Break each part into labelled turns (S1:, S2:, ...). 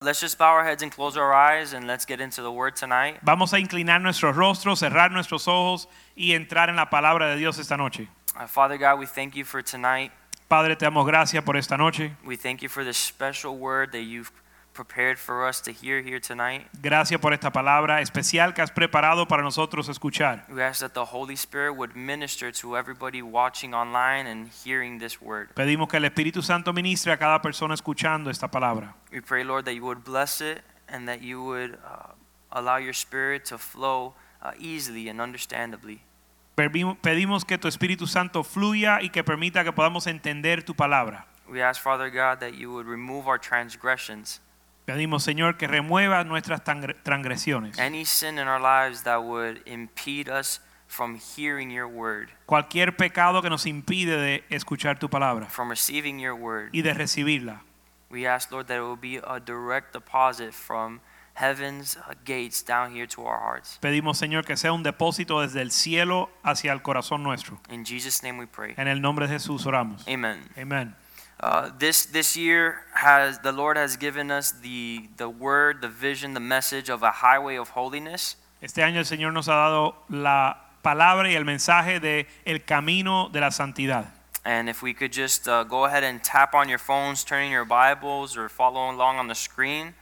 S1: Let's just bow our heads and close our eyes and let's get into the word tonight.
S2: Vamos a inclinar nuestros rostros, cerrar nuestros ojos y entrar en la palabra de Dios esta noche.
S1: Uh, Father God, we thank you for tonight.
S2: Padre, te damos gracias por esta noche.
S1: We thank you for this special word that you've prepared for us to hear here tonight.
S2: Gracias por esta palabra especial que has preparado para nosotros escuchar.
S1: We ask that the Holy Spirit would minister to everybody watching online and hearing this word.
S2: Pedimos que el Espíritu Santo ministre a cada persona escuchando esta palabra.
S1: We pray, Lord, that you would bless it and that you would uh, allow your spirit to flow uh, easily and understandably.
S2: Pervi- Pedimos que tu Espíritu Santo fluya y que permita que podamos entender tu palabra.
S1: We ask, Father God, that you would remove our transgressions,
S2: Pedimos, Señor, que remueva nuestras tangre- transgresiones.
S1: any sin in our lives that would impede us from hearing your word,
S2: Cualquier pecado que nos impide de escuchar tu palabra
S1: from receiving your word.
S2: y de recibirla.
S1: We ask, Lord, that it will be a direct deposit from heaven's uh, gates down here to our hearts.
S2: Pedimos, Señor, que sea un depósito desde el cielo hacia el corazón nuestro.
S1: In Jesus' name we pray.
S2: En el nombre de Jesús oramos.
S1: Amen.
S2: Amén.
S1: Uh, this this year has the Lord has given us the the word, the vision, the message of a highway of holiness.
S2: Este año el Señor nos ha dado la palabra y el mensaje de el camino de la santidad.
S1: And if we could just uh, go ahead and tap on your phones, turn in your Bibles, or follow along on the screen,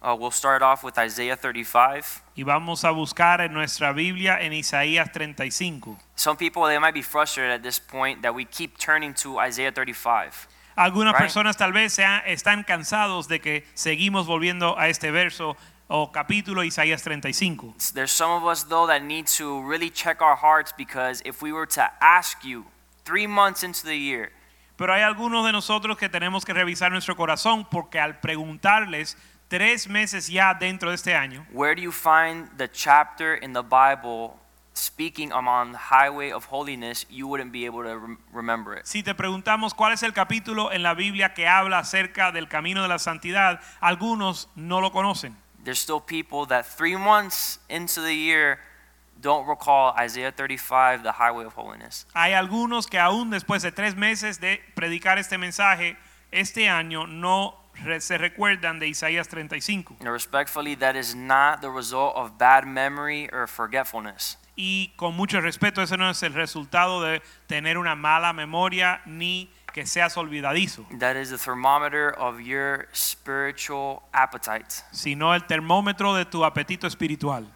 S1: uh, we'll start off with Isaiah 35.
S2: Y vamos a buscar en nuestra Biblia en Isaías 35.
S1: Some people they might be frustrated at this point that we keep turning to Isaiah 35.
S2: Algunas
S1: Right.
S2: personas tal vez sea- están cansados de que seguimos volviendo a este verso o capítulo Isaías 35.
S1: There's some of us, though, that need to really check our hearts because if we were to ask you three months into the year,
S2: Pero hay algunos de nosotros que tenemos que revisar nuestro corazón porque al preguntarles tres meses ya dentro de este año,
S1: where do you find the chapter in the Bible speaking among the highway of holiness, you wouldn't be able to rem- remember it.
S2: si te preguntamos cuál es el capítulo en la Biblia que habla acerca del camino de la santidad, algunos no lo conocen.
S1: There's still people that three months into the year don't recall Isaiah 35, the highway of holiness.
S2: Hay algunos que aún después de tres meses de predicar este mensaje, este año no re- se recuerdan de Isaías 35.
S1: Now, respectfully, that is not the result of bad memory or forgetfulness.
S2: Y con mucho respeto, ese no es el resultado de tener una mala memoria ni que seas olvidadizo.
S1: That is the thermometer of your spiritual appetite.
S2: sino el termómetro de tu apetito espiritual.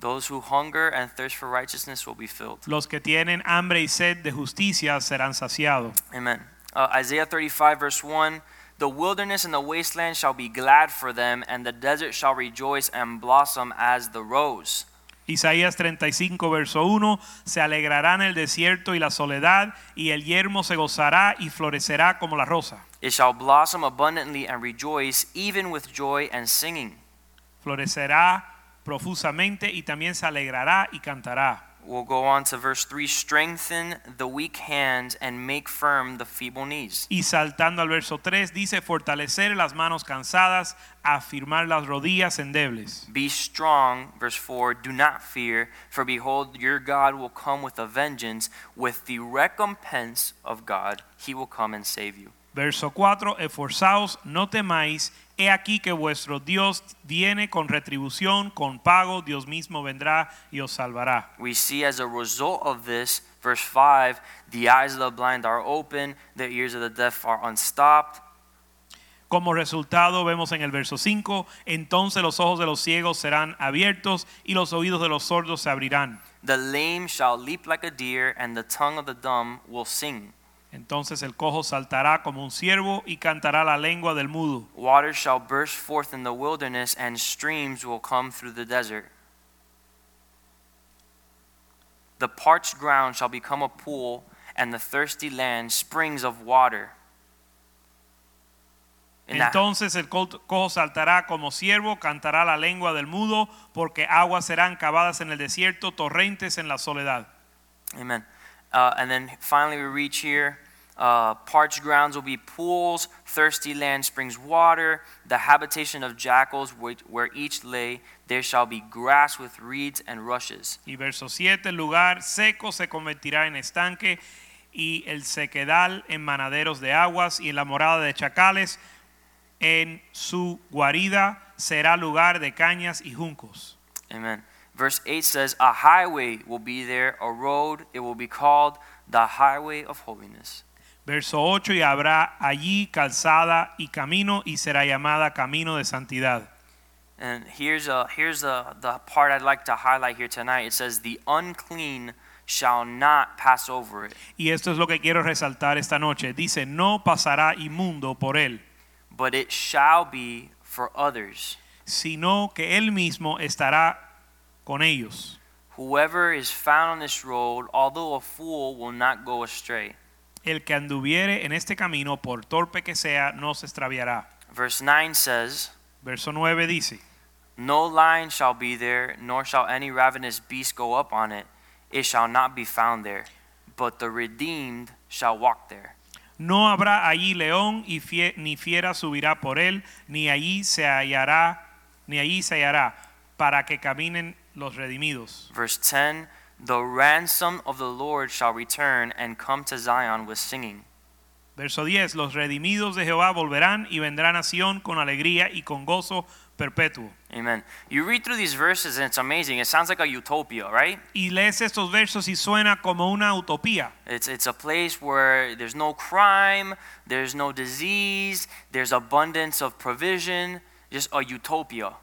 S1: Those who hunger and thirst for righteousness will be filled.
S2: Los que tienen hambre y sed de justicia serán saciados.
S1: Amen. Uh, Isaiah 35, verse 1 The wilderness and the wasteland shall be glad for them, and the desert shall rejoice and blossom as the rose.
S2: Isaías 35, verso 1, se alegrarán el desierto y la soledad, y el yermo se gozará y florecerá como la rosa.
S1: It shall blossom abundantly and rejoice, even with joy and singing.
S2: Florecerá profusamente y también se alegrará y cantará.
S1: We'll go on to verse 3 Strengthen the weak hands and make firm the feeble knees.
S2: Y saltando al verso 3, dice, fortalecer las manos cansadas, afirmar las rodillas endebles.
S1: Be strong, verse 4 Do not fear, for behold, your God will come with a vengeance. With the recompense of God, he will come and save you.
S2: Verso 4, esforzaos, no temáis, he aquí que vuestro Dios viene con retribución, con pago, Dios mismo vendrá y os salvará.
S1: We see as a result of this, verse 5 the eyes of the blind are open, the ears of the deaf are unstopped.
S2: Como resultado vemos en el verso 5, entonces los ojos de los ciegos serán abiertos y los oídos de los sordos se abrirán.
S1: The lame shall leap like a deer, and the tongue of the dumb will sing.
S2: Entonces el cojo saltará como un ciervo y cantará la lengua del mudo.
S1: Water shall burst forth in the wilderness, and streams will come through the desert. The parched ground shall become a pool, and the thirsty land springs of water. And that-
S2: Entonces el col- cojo saltará como ciervo, cantará la lengua del mudo, porque aguas serán cavadas en el desierto, torrentes en la soledad.
S1: Amen. Uh, and then finally, we reach here. Uh, parched grounds will be pools, thirsty land springs water, the habitation of jackals which, where each lay, there shall be grass with reeds and rushes.
S2: Y verso 7, el lugar seco se convertirá en estanque y el sequedal en manaderos de aguas y en la morada de chacales en su guarida será lugar de cañas y juncos.
S1: Amen. Verse 8 says, A highway will be there, a road, it will be called the highway of holiness.
S2: Verso 8, y habrá allí calzada y camino y será llamada camino de santidad.
S1: And here's, a, here's a, the part I'd like to highlight here tonight. It says, The unclean shall not pass over it.
S2: Y esto es lo que quiero resaltar esta noche. Dice, no pasará inmundo por él,
S1: but it shall be for others.
S2: sino que él mismo estará con ellos.
S1: Whoever is found on this road, although a fool, will not go astray.
S2: El que anduviere en este camino, por torpe que sea, no se extraviará.
S1: Verse 9 says,
S2: Verso 9 dice,
S1: No lion shall be there, nor shall any ravenous beast go up on it. It shall not be found there, but the redeemed shall walk there.
S2: no habrá allí león y fie- ni fiera subirá por él, ni allí se hallará, ni allí se hallará, para que caminen los redimidos.
S1: Verse 10 The ransom of the Lord shall return and come to Zion with singing.
S2: Verso 10, los redimidos de Jehová volverán y vendrán a Sión con alegría y con gozo perpetuo.
S1: Amen. You read through these verses and it's amazing. It sounds like a utopia, right?
S2: y lees estos versos y suena como una utopía.
S1: It's, it's a place where there's no crime, there's no disease, there's abundance of provision, just a utopia.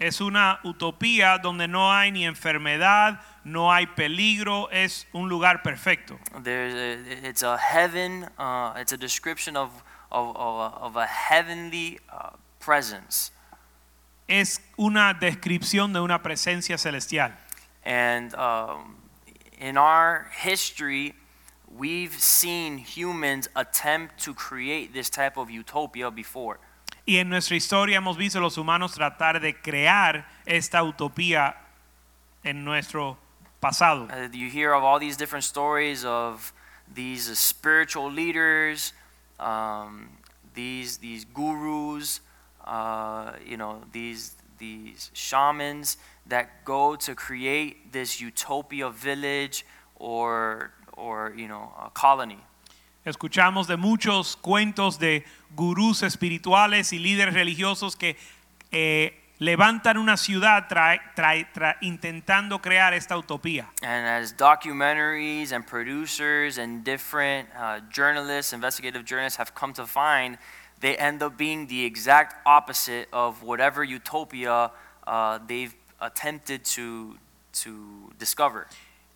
S2: Es una utopía donde no hay ni enfermedad, no hay peligro, es un lugar perfecto.
S1: There's a, it's a heaven, uh, it's a description of, of, of, a, of a heavenly uh, presence.
S2: Es una descripción de una presencia celestial.
S1: And um, in our history, we've seen humans attempt to create this type of utopia before.
S2: Y en nuestra historia hemos visto a los humanos tratar de crear esta utopía en nuestro pasado.
S1: Uh, you hear of all these different stories of these uh, spiritual leaders, um, these these gurus, uh, you know these these shamans that go to create this utopia village or or you know a colony.
S2: Escuchamos de muchos cuentos de gurús espirituales y líderes religiosos que eh, levantan una ciudad trae- trae- tra- intentando crear esta utopía.
S1: And as documentaries and producers and different uh, journalists, investigative journalists have come to find, they end up being the exact opposite of whatever utopia uh, they've attempted to, to discover.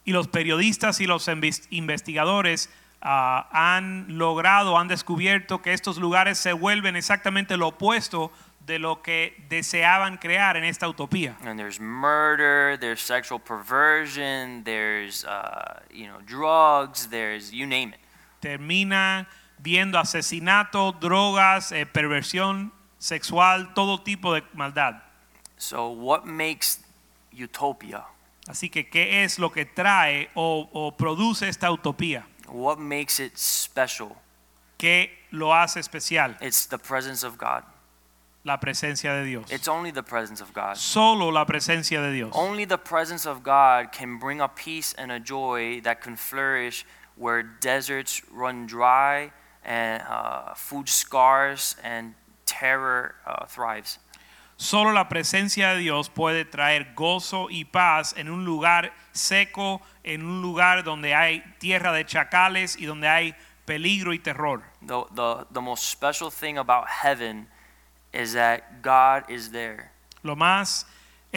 S2: Y los periodistas y los inves- investigadores ah, han logrado, han descubierto que estos lugares se vuelven exactamente lo opuesto de lo que deseaban crear en esta utopía.
S1: And there's murder, there's sexual perversion, there's uh, you know drugs, there's you name it.
S2: termina viendo asesinato, drogas, eh, perversión sexual, todo tipo de maldad.
S1: So what makes utopia?
S2: Así que, ¿qué es lo que trae o, o produce esta utopía?
S1: What makes it special?
S2: ¿Qué lo hace especial?
S1: It's the presence of God.
S2: La presencia de Dios.
S1: It's only the presence of God.
S2: Solo la presencia de Dios.
S1: Only the presence of God can bring a peace and a joy that can flourish where deserts run dry and uh, food scarce and terror uh, thrives.
S2: Solo la presencia de Dios puede traer gozo y paz en un lugar seco, en un lugar donde hay tierra de chacales y donde hay peligro y terror.
S1: The, the, the most special thing about heaven is that God is there.
S2: Lo más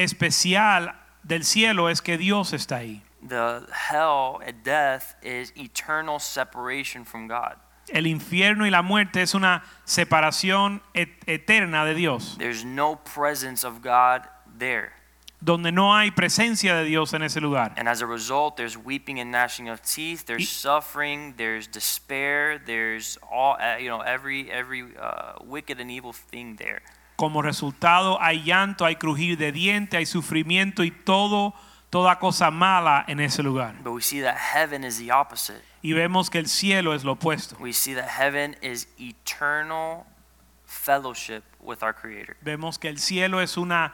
S2: especial del cielo es que Dios está ahí.
S1: The hell and death is eternal separation from God.
S2: El infierno y la muerte es una separación et- eterna de Dios.
S1: There's no presence of God there.
S2: donde no hay presencia de Dios en ese lugar.
S1: And as a result, there's weeping and gnashing of teeth. There's
S2: Y-
S1: suffering. There's despair. There's all uh, you know, every every uh, wicked and evil thing there.
S2: Como resultado hay llanto, hay crujir de dientes, hay sufrimiento y todo, toda cosa mala en ese lugar.
S1: But we see that heaven is the opposite.
S2: Y vemos que el cielo es lo opuesto.
S1: We see that heaven is eternal fellowship with our Creator.
S2: Vemos que el cielo es una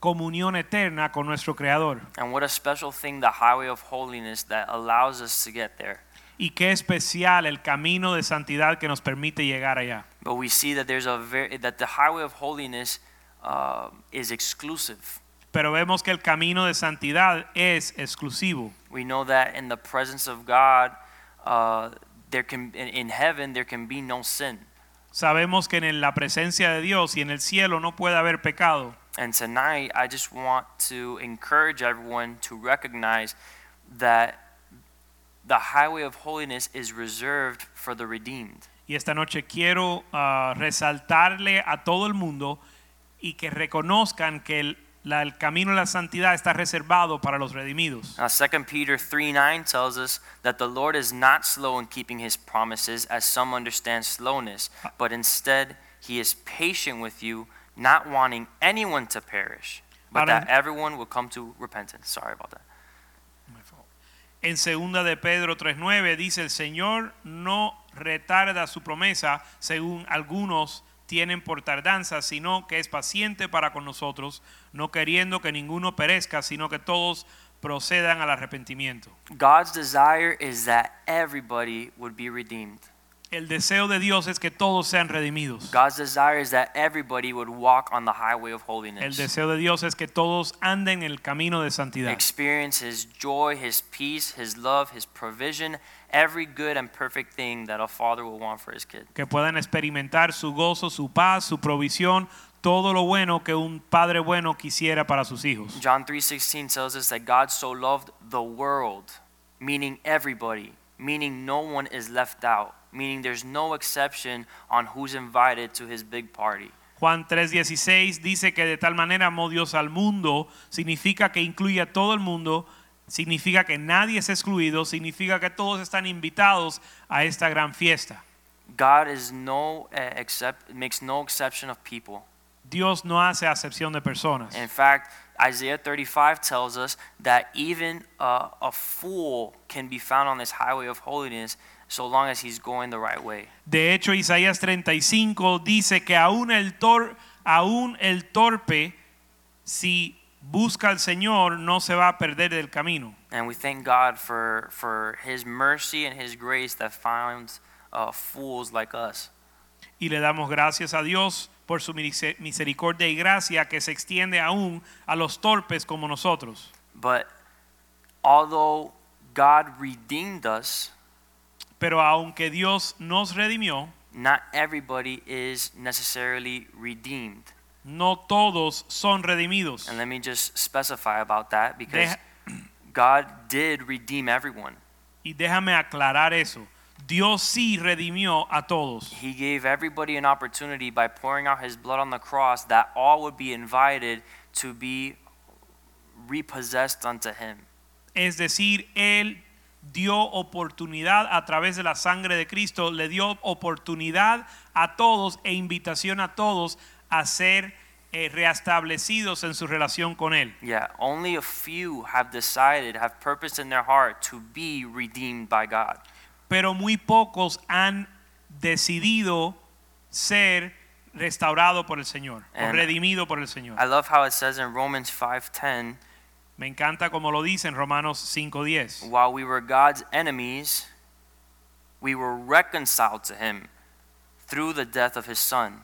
S2: comunión eterna con nuestro Creador.
S1: And what a special thing the highway of holiness that allows us to get there.
S2: Y qué especial el camino de santidad que nos permite llegar allá.
S1: But we see that there's a very, that the highway of holiness um, is exclusive.
S2: Pero vemos que el camino de santidad es exclusivo.
S1: We know that in the presence of God, uh, there can in, in heaven there can be no sin.
S2: Sabemos que en la presencia de Dios y en el cielo no puede haber pecado.
S1: And tonight, I just want to encourage everyone to recognize that the highway of holiness is reserved for the redeemed.
S2: Y esta noche quiero ah, resaltarle a todo el mundo y que reconozcan que el, la- el camino de la santidad está reservado para los redimidos.
S1: Now, 2 Peter 3 9 tells us that the Lord is not slow in keeping his promises, as some understand slowness, but instead he is patient with you, not wanting anyone to perish, but
S2: Ahora-
S1: that everyone will come to repentance. Sorry about that.
S2: En segunda de Pedro 3.9 dice, el Señor no retarda su promesa, según algunos tienen por tardanza, sino que es paciente para con nosotros, no queriendo que ninguno perezca, sino que todos procedan al arrepentimiento.
S1: God's desire is that everybody would be redeemed.
S2: El deseo de Dios es que todos sean redimidos.
S1: God's desire is that everybody would walk on the highway of
S2: El
S1: holiness,
S2: deseo de Dios es que todos anden en el camino de santidad,
S1: experience his joy, his peace, his love, his provision, every good and perfect thing that a father will want for his kid.
S2: que puedan experimentar su gozo, su paz, su provisión, todo lo bueno que un padre bueno quisiera para sus hijos.
S1: John 3:16 tells us that God so loved the world, meaning everybody, meaning no one is left out, meaning there's no exception on who's invited to his big party.
S2: Juan 3:16 dice que de tal manera amó Dios al mundo, significa que incluye a todo el mundo, significa que nadie es excluido, significa que todos están invitados a esta gran fiesta.
S1: God is no uh, except makes no exception of people.
S2: Dios no hace acepción de personas.
S1: In fact, Isaiah 35 tells us that even uh, a fool can be found on this highway of holiness so long as he's going the right way.
S2: De hecho, Isaías 35 dice que aún el, tor- aún el torpe, si busca al Señor, no se va a perder del camino.
S1: And we thank God for, for his mercy and his grace that finds uh, fools like us.
S2: Y le damos gracias a Dios por su mise- misericordia y gracia que se extiende aún a los torpes como nosotros.
S1: But although God redeemed us,
S2: Pero aunque Dios nos redimió,
S1: not everybody is necessarily redeemed.
S2: no todos son redimidos.
S1: And let me just specify about that because
S2: Deja-
S1: God did redeem everyone.
S2: y déjame aclarar eso. Dios sí redimió a todos.
S1: He gave everybody an opportunity by pouring out his blood on the cross that all would be invited to be repossessed unto him.
S2: Es decir, Él dio oportunidad a través de la sangre de Cristo, le dio oportunidad a todos e invitación a todos a ser eh, reestablecidos en su relación con Él.
S1: Yeah, only a few have decided, have purpose in their heart to be redeemed by God.
S2: Pero muy pocos han decidido ser restaurado por el Señor, o
S1: And-
S2: redimido por el Señor.
S1: I love how it says in Romans 5:10,
S2: Me encanta como lo dice en Romanos 5.10.
S1: while we were God's enemies, we were reconciled to him through the death of his son.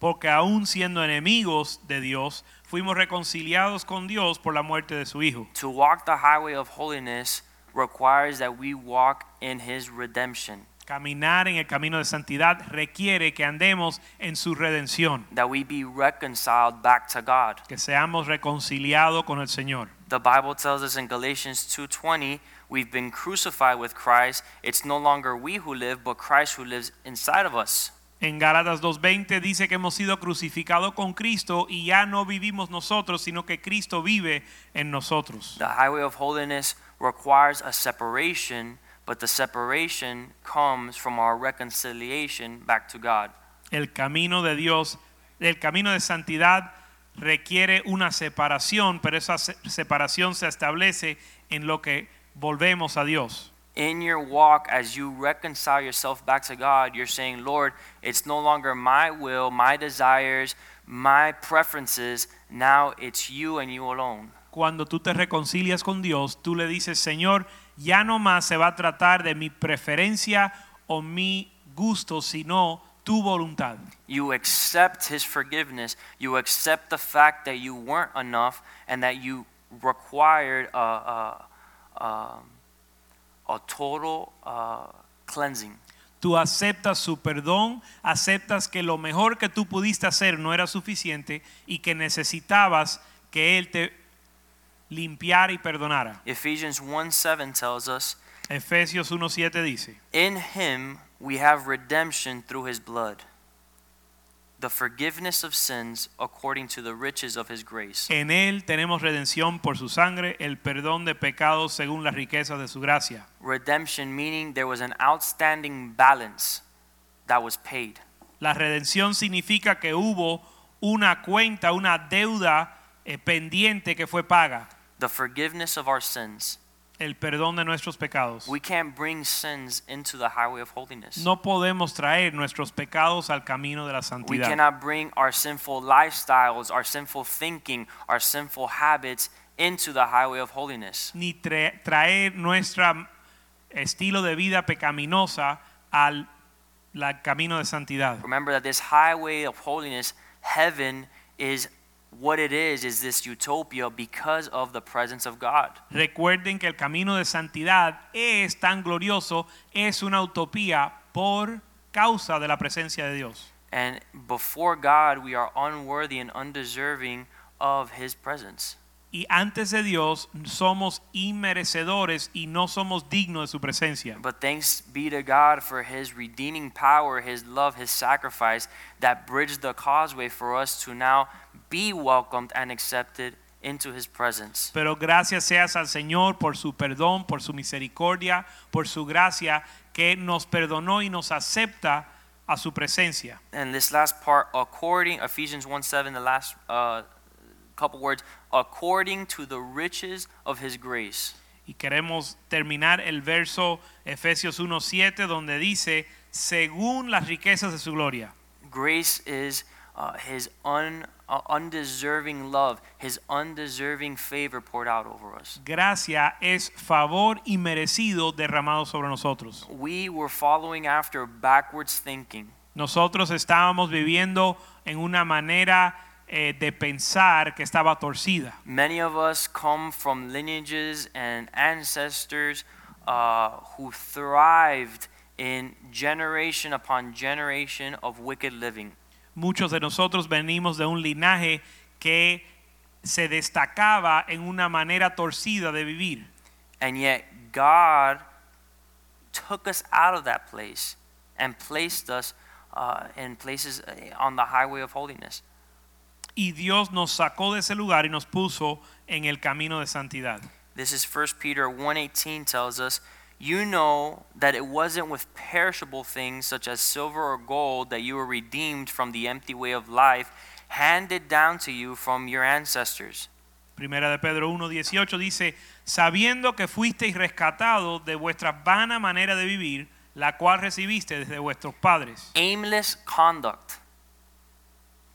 S2: Porque aún siendo enemigos de Dios, fuimos reconciliados con Dios por la muerte de su Hijo.
S1: To walk the highway of holiness requires that we walk in his redemption.
S2: Caminar en el camino de santidad requiere que andemos en su redención,
S1: that we be reconciled back to God.
S2: que seamos reconciliados con el Señor.
S1: The Bible tells us in Galatians 2:20, we've been crucified with Christ. It's no longer we who live, but Christ who lives inside of us.
S2: En Gálatas 2.20 dice que hemos sido crucificados con Cristo y ya no vivimos nosotros, sino que Cristo vive en nosotros.
S1: The highway of holiness requires a separation, but the separation comes from our reconciliation back to God.
S2: El camino de Dios, el camino de santidad requiere una separación, pero esa se- separación se establece en lo que volvemos a Dios.
S1: In your walk, as you reconcile yourself back to God, you're saying, Lord, it's no longer my will, my desires, my preferences. Now it's you and you alone.
S2: Cuando tú te reconcilias con Dios, tú le dices, Señor, ya no más se va a tratar de mi preferencia o mi gusto, sino tu voluntad.
S1: You accept His forgiveness. You accept the fact that you weren't enough and that you required a, a, um, a total uh, cleansing.
S2: Tú aceptas su perdón, aceptas que lo mejor que tú pudiste hacer no era suficiente y que necesitabas que Él te limpiara y perdonara.
S1: Ephesians 1 7 tells us,
S2: Efesios 1.7 dice,
S1: In Him we have redemption through His blood, the forgiveness of sins according to the riches of His grace.
S2: en Él tenemos redención por su sangre, el perdón de pecados según las riquezas de su gracia.
S1: Redemption meaning there was an outstanding balance that was paid.
S2: La redención significa que hubo una cuenta, una deuda eh, pendiente que fue paga,
S1: The forgiveness of our sins.
S2: el perdón de nuestros pecados.
S1: We can't bring sins into the highway of holiness.
S2: No podemos traer nuestros pecados al camino de la
S1: We
S2: santidad.
S1: cannot bring our sinful lifestyles, our sinful thinking, our sinful habits into the highway of holiness.
S2: ni tra- traer nuestro estilo de vida pecaminosa al la- camino de santidad.
S1: Remember that this highway of holiness, heaven is what it is, is this utopia because of the presence of God.
S2: Recuerden que el camino de santidad es tan glorioso, es una utopía por causa de la presencia de Dios.
S1: And before God, we are unworthy and undeserving of his presence.
S2: Y antes de Dios somos inmerecedores y no somos dignos de su presencia.
S1: But thanks be to God for his redeeming power, his love, his sacrifice that bridged the causeway for us to now be welcomed and accepted into his presence.
S2: Pero gracias seas al Señor por su perdón, por su misericordia, por su gracia que nos perdonó y nos acepta a su presencia.
S1: And this last part, according, Ephesians 1 7, the last uh, couple words, according to the riches of his grace.
S2: Y queremos terminar el verso Efesios 1.7 donde dice, según las riquezas de su gloria.
S1: Grace is uh, his un, uh, undeserving love, his undeserving favor poured out over us.
S2: Gracia es favor y merecido derramado sobre nosotros.
S1: We were following after backwards thinking.
S2: Nosotros estábamos viviendo en una manera eh, de pensar que estaba torcida.
S1: Many of us come from lineages and ancestors uh, who thrived in generation upon generation of wicked living.
S2: Muchos de nosotros venimos de un linaje que se destacaba en una manera torcida de vivir.
S1: And yet, God took us out of that place and placed us uh, in places uh, on the highway of holiness.
S2: Y Dios nos sacó de ese lugar y nos puso en el camino de santidad.
S1: This is 1 Peter 1:18 tells us, "You know that it wasn't with perishable things such as silver or gold that you were redeemed from the empty way of life handed down to you from your ancestors."
S2: Primera de Pedro 1.18 dice, sabiendo que fuisteis rescatados de vuestra vana manera de vivir, la cual recibiste desde vuestros padres.
S1: Aimless conduct,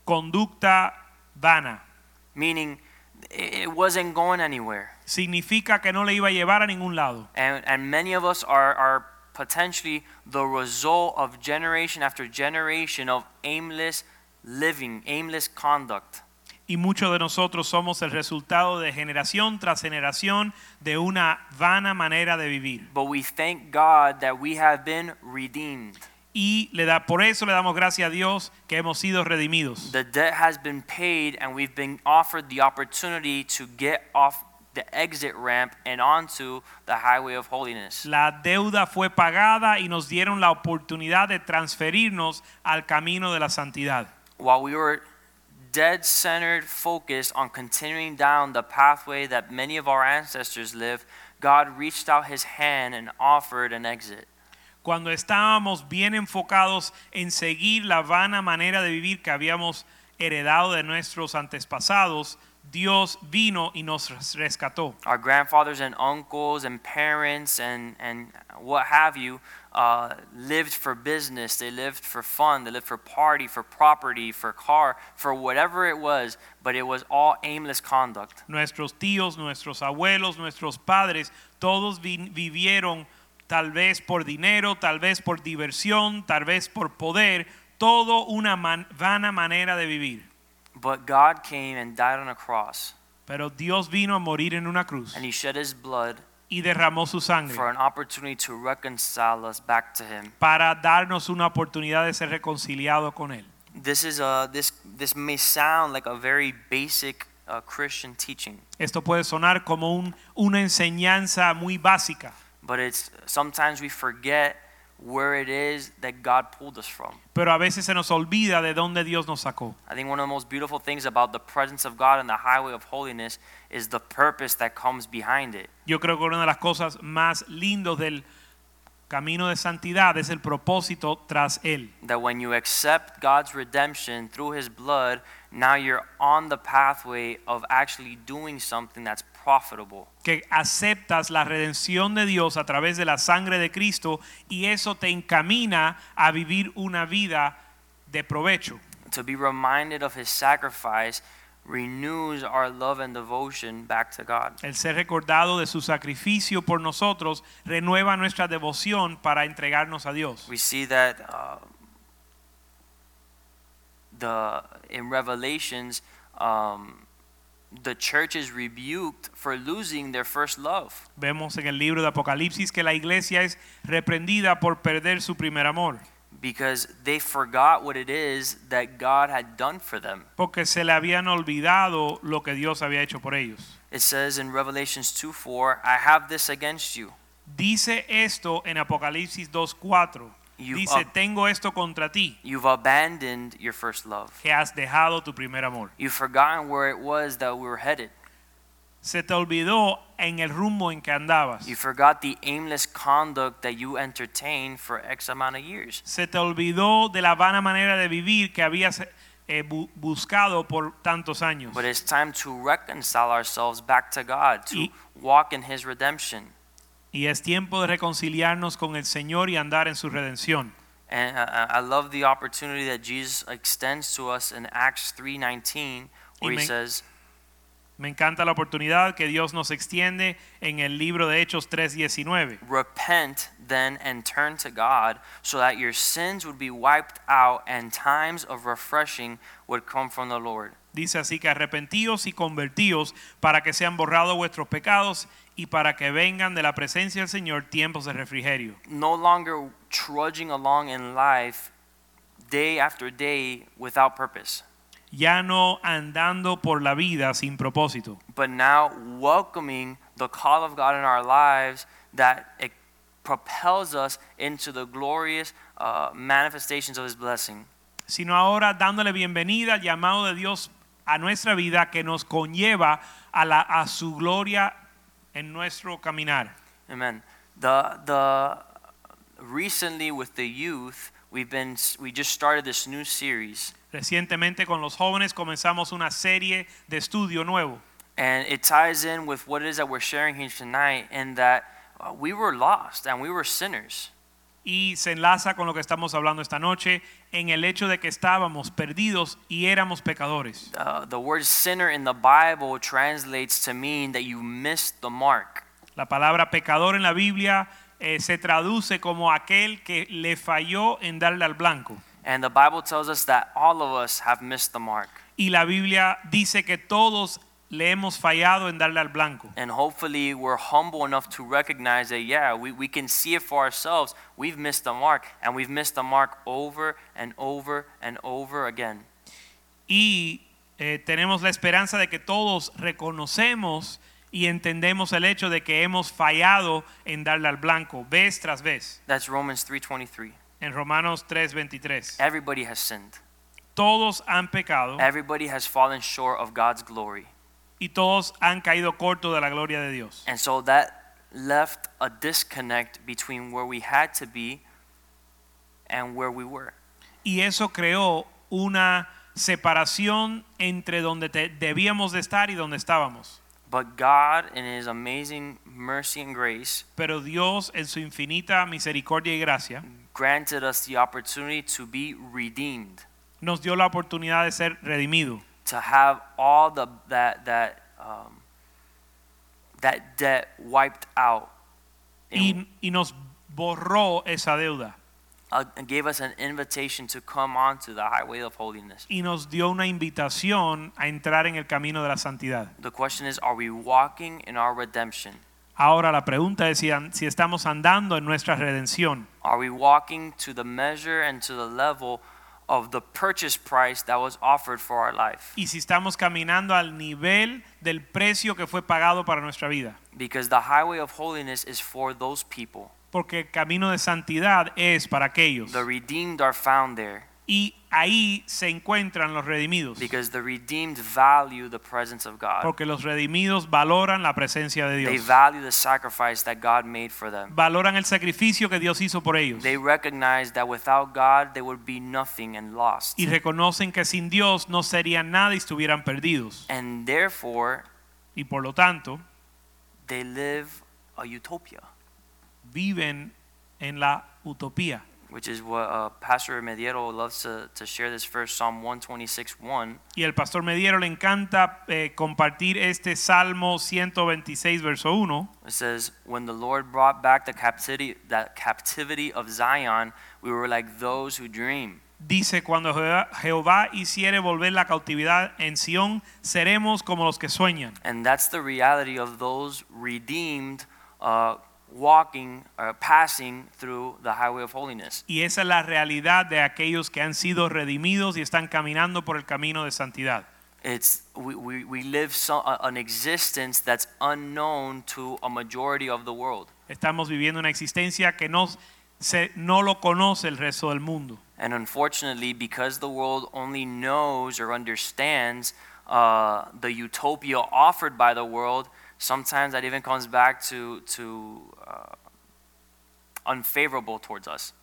S2: Conducta vana.
S1: meaning it it wasn't going anywhere.
S2: Significa que no le iba a llevar a ningún lado.
S1: And and many of us are are potentially the result of generation after generation of aimless living, aimless conduct.
S2: Y muchos de nosotros somos el resultado de generación tras generación de una vana manera de vivir.
S1: But we thank God that we have been redeemed.
S2: Y le da, por eso le damos gracias a Dios que hemos sido redimidos.
S1: The debt has been paid, and we've been offered the opportunity to get off the exit ramp and onto the highway of holiness.
S2: La deuda fue pagada y nos dieron la oportunidad de transferirnos al camino de la santidad.
S1: While we were dead centered focused on continuing down the pathway that many of our ancestors lived, God reached out his hand and offered an exit.
S2: Cuando estábamos bien enfocados en seguir la vana manera de vivir que habíamos heredado de nuestros antepasados, Dios vino y nos res- rescató.
S1: Our grandfathers and uncles and parents and, and what have you uh, lived for business, they lived for fun, they lived for party, for property, for car, for whatever it was, but it was all aimless conduct.
S2: Nuestros tíos, nuestros abuelos, nuestros padres, todos vi- vivieron tal vez por dinero, tal vez por diversión, tal vez por poder, todo una man- vana manera de vivir.
S1: But God came and died on a cross,
S2: Pero Dios vino a morir en una cruz
S1: and he shed his blood
S2: y derramó su sangre
S1: for an opportunity to reconcile us back to him.
S2: para darnos una oportunidad de ser reconciliado con Él.
S1: This is a this this may sound like a very basic uh, Christian teaching,
S2: Esto puede sonar como un- una enseñanza muy básica,
S1: but it's sometimes we forget where it is that God pulled us from.
S2: pero a veces se nos olvida de dónde Dios nos sacó.
S1: I think one of the most beautiful things about the presence of God and the highway of holiness is the purpose that comes behind it.
S2: Yo creo que una de las cosas más lindas del camino de santidad es el propósito tras Él.
S1: That when you accept God's redemption through his blood, now you're on the pathway of actually doing something that's profitable.
S2: que aceptas la redención de Dios a través de la sangre de Cristo y eso te encamina a vivir una vida de provecho.
S1: To be reminded of his sacrifice renews our love and devotion back to God.
S2: El ser recordado de su sacrificio por nosotros renueva nuestra devoción para entregarnos a Dios.
S1: We see that uh, the in Revelations, um, the church is rebuked for losing their first love.
S2: Vemos en el libro de Apocalipsis que la iglesia es reprendida por perder su primer amor,
S1: because they forgot what it is that God had done for them.
S2: porque se le habían olvidado lo que Dios había hecho por ellos.
S1: It says in Revelations 2 4, I have this against you.
S2: Dice esto en Apocalipsis 2.4.
S1: You
S2: Dice,
S1: up-
S2: tengo esto contra ti,
S1: You've abandoned your first love.
S2: que has dejado tu primer amor.
S1: You've forgotten where it was that we were headed.
S2: Se te olvidó en el rumbo en que andabas.
S1: You forgot the aimless conduct that you entertained for X amount of years.
S2: Se te olvidó de la vana manera de vivir que habías eh, bu- buscado por tantos años.
S1: But it's time to reconcile ourselves back to God, to
S2: Y-
S1: walk in His redemption.
S2: Y es tiempo de reconciliarnos con el Señor y andar en su redención.
S1: And I, I I love the opportunity that Jesus extends to us in Acts 3:19, where He
S2: Amen.
S1: says,
S2: Me encanta la oportunidad que Dios nos extiende en el libro de Hechos 3:19.
S1: Repent then and turn to God, so that your sins would be wiped out and times of refreshing would come from the Lord.
S2: Dice así que arrepentíos y convertíos para que sean borrados vuestros pecados y para que vengan de la presencia del Señor tiempos de refrigerio.
S1: No longer trudging along in life day after day without purpose,
S2: Ya no andando por la vida sin propósito,
S1: but now welcoming the call of God in our lives that it propels us into the glorious uh, manifestations of His blessing.
S2: sino ahora dándole bienvenida al llamado de Dios a nuestra vida que nos conlleva a, la, a su gloria en nuestro caminar.
S1: Amen. The the recently with the youth, we've been we just started this new series,
S2: Recientemente con los jóvenes comenzamos una serie de estudio nuevo
S1: and it ties in with what it is that we're sharing here tonight, in that uh, we were lost and we were sinners,
S2: y se enlaza con lo que estamos hablando esta noche en el hecho de que estábamos perdidos y éramos pecadores.
S1: uh, the word sinner in the Bible translates to mean that you missed the mark.
S2: La palabra pecador en la Biblia eh, se traduce como aquel que le falló en darle al blanco.
S1: And the Bible tells us that all of us have missed the mark.
S2: Y la Biblia dice que todos le hemos fallado en darle al blanco.
S1: And hopefully, we're humble enough to recognize that, yeah, we, we can see it for ourselves. We've missed the mark, and we've missed the mark over and over and over again.
S2: Y eh, tenemos la esperanza de que todos reconocemos y entendemos el hecho de que hemos fallado en darle al blanco vez tras vez.
S1: That's Romans 3:23.
S2: En Romanos 3:23,
S1: Everybody has sinned.
S2: todos han pecado
S1: Everybody has fallen short of God's glory.
S2: y todos han caído corto de la gloria de Dios.
S1: And so that left a disconnect between where we had to be and where we were.
S2: Y eso creó una separación entre donde te- debíamos de estar y donde estábamos.
S1: But God, in His amazing mercy and grace,
S2: Pero Dios, en su infinita misericordia y gracia,
S1: granted us the opportunity to be redeemed,
S2: nos dio la oportunidad de ser redimido,
S1: to have all the that that um, that debt wiped out, and,
S2: y, y nos borró esa deuda
S1: uh, and gave us an invitation to come onto the highway of holiness.
S2: y nos dio una invitación a entrar en el camino de la santidad.
S1: The question is, are we walking in our redemption?
S2: Ahora la pregunta es si, an- si estamos andando en nuestra redención,
S1: Are we walking to the measure and to the level of the purchase price that was offered for our life?
S2: y si estamos caminando al nivel del precio que fue pagado para nuestra vida.
S1: Because the highway of holiness is for those people.
S2: Porque el camino de santidad es para aquellos.
S1: The redeemed are found there
S2: Y ahí se encuentran los redimidos.
S1: because the redeemed value the presence of God.
S2: Porque los redimidos valoran la presencia de
S1: They
S2: Dios.
S1: value the sacrifice that God made for them.
S2: Valoran el sacrificio que Dios hizo por ellos.
S1: They recognize that without God, they would be nothing and lost.
S2: Y reconocen que sin Dios no serían nada y estuvieran perdidos.
S1: And therefore,
S2: Y por lo tanto,
S1: they live a utopia,
S2: viven en la utopía.
S1: which is what uh, Pastor Mediero loves to, to share this verse, Psalm 126 1.
S2: Y el pastor Mediero le encanta eh, compartir este Salmo 126, verso 1.
S1: It says, "When the Lord brought back the captivity, that captivity of Zion, we were like those who dream."
S2: Dice, cuando Jehová, Jehová hiciere volver la cautividad en Sión, seremos como los que sueñan.
S1: And that's the reality of those redeemed, uh, walking or passing through the highway of holiness.
S2: Y esa es la realidad de aquellos que han sido redimidos y están caminando por el camino de santidad.
S1: It's we, we, we live so, uh, an existence that's unknown to a majority of the world.
S2: Estamos viviendo una existencia que no, se, no lo conoce el resto del mundo.
S1: And unfortunately, because the world only knows or understands uh, the utopia offered by the world, sometimes that even comes back to, to uh, unfavorable towards us.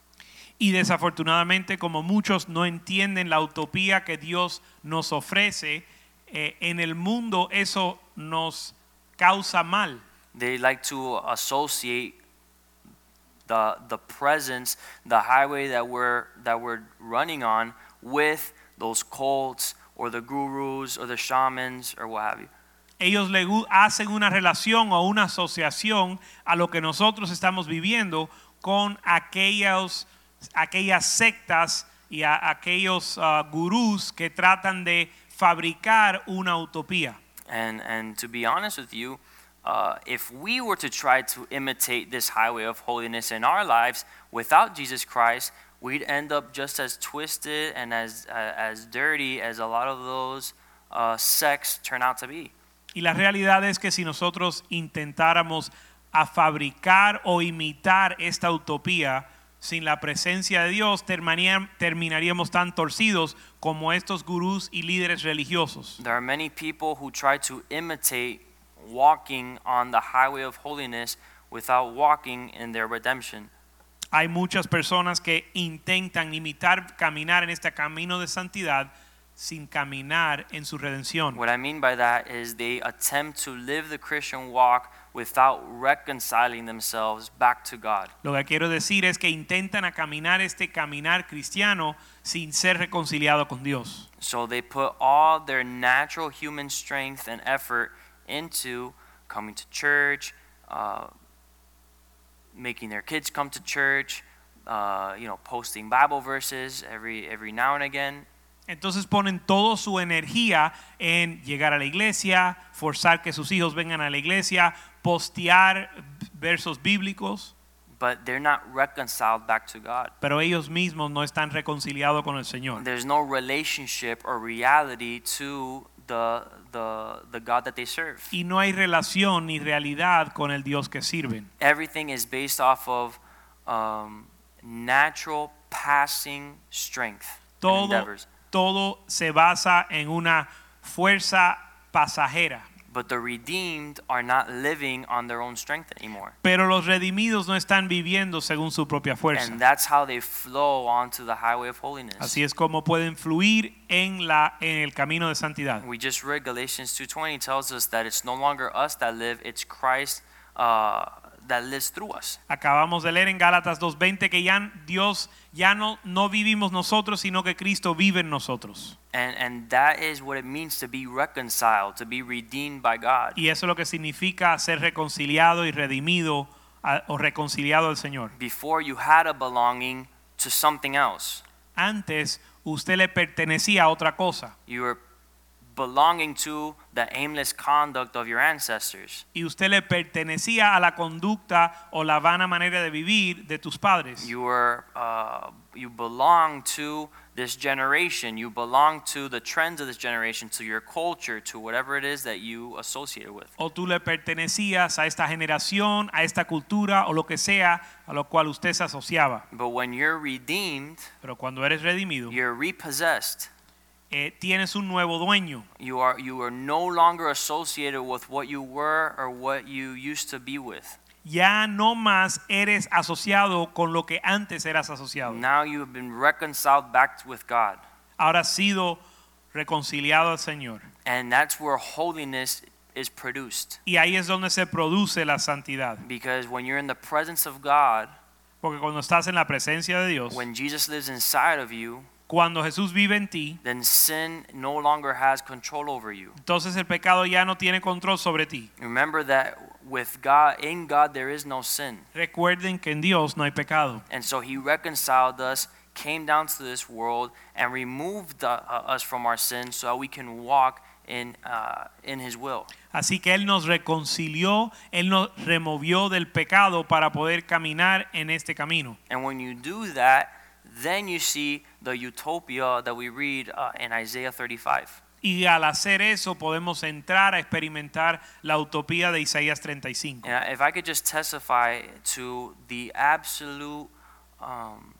S2: Y desafortunadamente, como muchos no entienden la utopía que Dios nos ofrece, eh, en el mundo eso nos causa mal.
S1: They like to associate the, the presence, the highway that we're, that we're running on, with those cults or the gurus or the shamans or what have you.
S2: Ellos le gu- hacen una relación o una asociación a lo que nosotros estamos viviendo con aquellos, aquellas sectas y a- aquellos ah, gurús que tratan de fabricar una utopía.
S1: And and to be honest with you, uh, if we were to try to imitate this highway of holiness in our lives without Jesus Christ, we'd end up just as twisted and as uh, as dirty as a lot of those uh, sects turn out to be.
S2: Y la realidad es que si nosotros intentáramos a fabricar o imitar esta utopía sin la presencia de Dios, termanía- terminaríamos tan torcidos como estos gurús y líderes religiosos.
S1: There are many people who try to imitate walking on the highway of holiness without walking in their redemption.
S2: Hay muchas personas que intentan imitar caminar en este camino de santidad sin caminar en su redención.
S1: What I mean by that is they attempt to live the Christian walk without reconciling themselves back to God.
S2: Lo que quiero decir es que intentan a caminar este caminar cristiano sin ser reconciliado con Dios.
S1: So they put all their natural human strength and effort into coming to church, uh, making their kids come to church, uh, you know, posting Bible verses every every now and again.
S2: Entonces ponen toda su energía en llegar a la iglesia, forzar que sus hijos vengan a la iglesia, postear versos bíblicos,
S1: But they're not reconciled back to God.
S2: pero ellos mismos no están reconciliados con el Señor.
S1: There's no relationship or reality to the, the, the God that they serve.
S2: y no hay relación ni realidad con el Dios que sirven.
S1: Everything is based off of um, natural passing strength and
S2: Todo,
S1: endeavors.
S2: todo se basa en una fuerza pasajera.
S1: But the redeemed are not living on their own strength anymore.
S2: Pero los redimidos no están viviendo según su propia fuerza.
S1: And that's how they flow onto the highway of holiness.
S2: Así es como pueden fluir en, la, en el camino de santidad.
S1: We just read Galatians 2:20 tells us that it's no longer us that live, it's Christ uh, that lives through us.
S2: Acabamos de leer en Gálatas 2.20 que ya Dios ya no, no vivimos nosotros, sino que Cristo vive en nosotros.
S1: And and that is what it means to be reconciled, to be redeemed by God.
S2: Y eso es lo que significa ser reconciliado y redimido a- o reconciliado al Señor.
S1: Before you had a belonging to something else.
S2: Antes usted le pertenecía a otra cosa
S1: You were belonging to the aimless conduct of your ancestors.
S2: y usted le pertenecía a la conducta o la vana manera de vivir de tus padres.
S1: You were uh, you belong to this generation. You belong to the trends of this generation, to your culture, to whatever it is that you associate with.
S2: O tú le pertenecías a esta generación, a esta cultura o lo que sea a lo cual usted se asociaba.
S1: But when you're redeemed,
S2: Pero cuando eres redimido,
S1: you're repossessed.
S2: eh, tienes un nuevo dueño.
S1: You are you are no longer associated with what you were or what you used to be with.
S2: Ya no más eres asociado con lo que antes eras asociado.
S1: Now you have been reconciled back with God.
S2: Ahora has sido reconciliado al Señor.
S1: And that's where holiness is produced.
S2: Y ahí es donde se produce la santidad.
S1: Because when you're in the presence of God,
S2: Porque cuando estás en la presencia de Dios,
S1: when Jesus lives inside of you,
S2: cuando Jesús vive en ti,
S1: then sin no longer has control over you.
S2: entonces el pecado ya no tiene control sobre ti.
S1: Remember that with God, in God, there is no sin.
S2: Recuerden que en Dios no hay pecado.
S1: And so he reconciled us, came down to this world, and removed uh, uh, us from our sin so that we can walk in, uh, in his will.
S2: Así que Él nos reconcilió, Él nos removió del pecado para poder caminar en este camino.
S1: And when you do that, then you see the utopia that we read uh, in Isaiah 35.
S2: Y al hacer eso podemos entrar a experimentar la utopía de Isaías 35.
S1: And I- if I could just testify to the absolute um,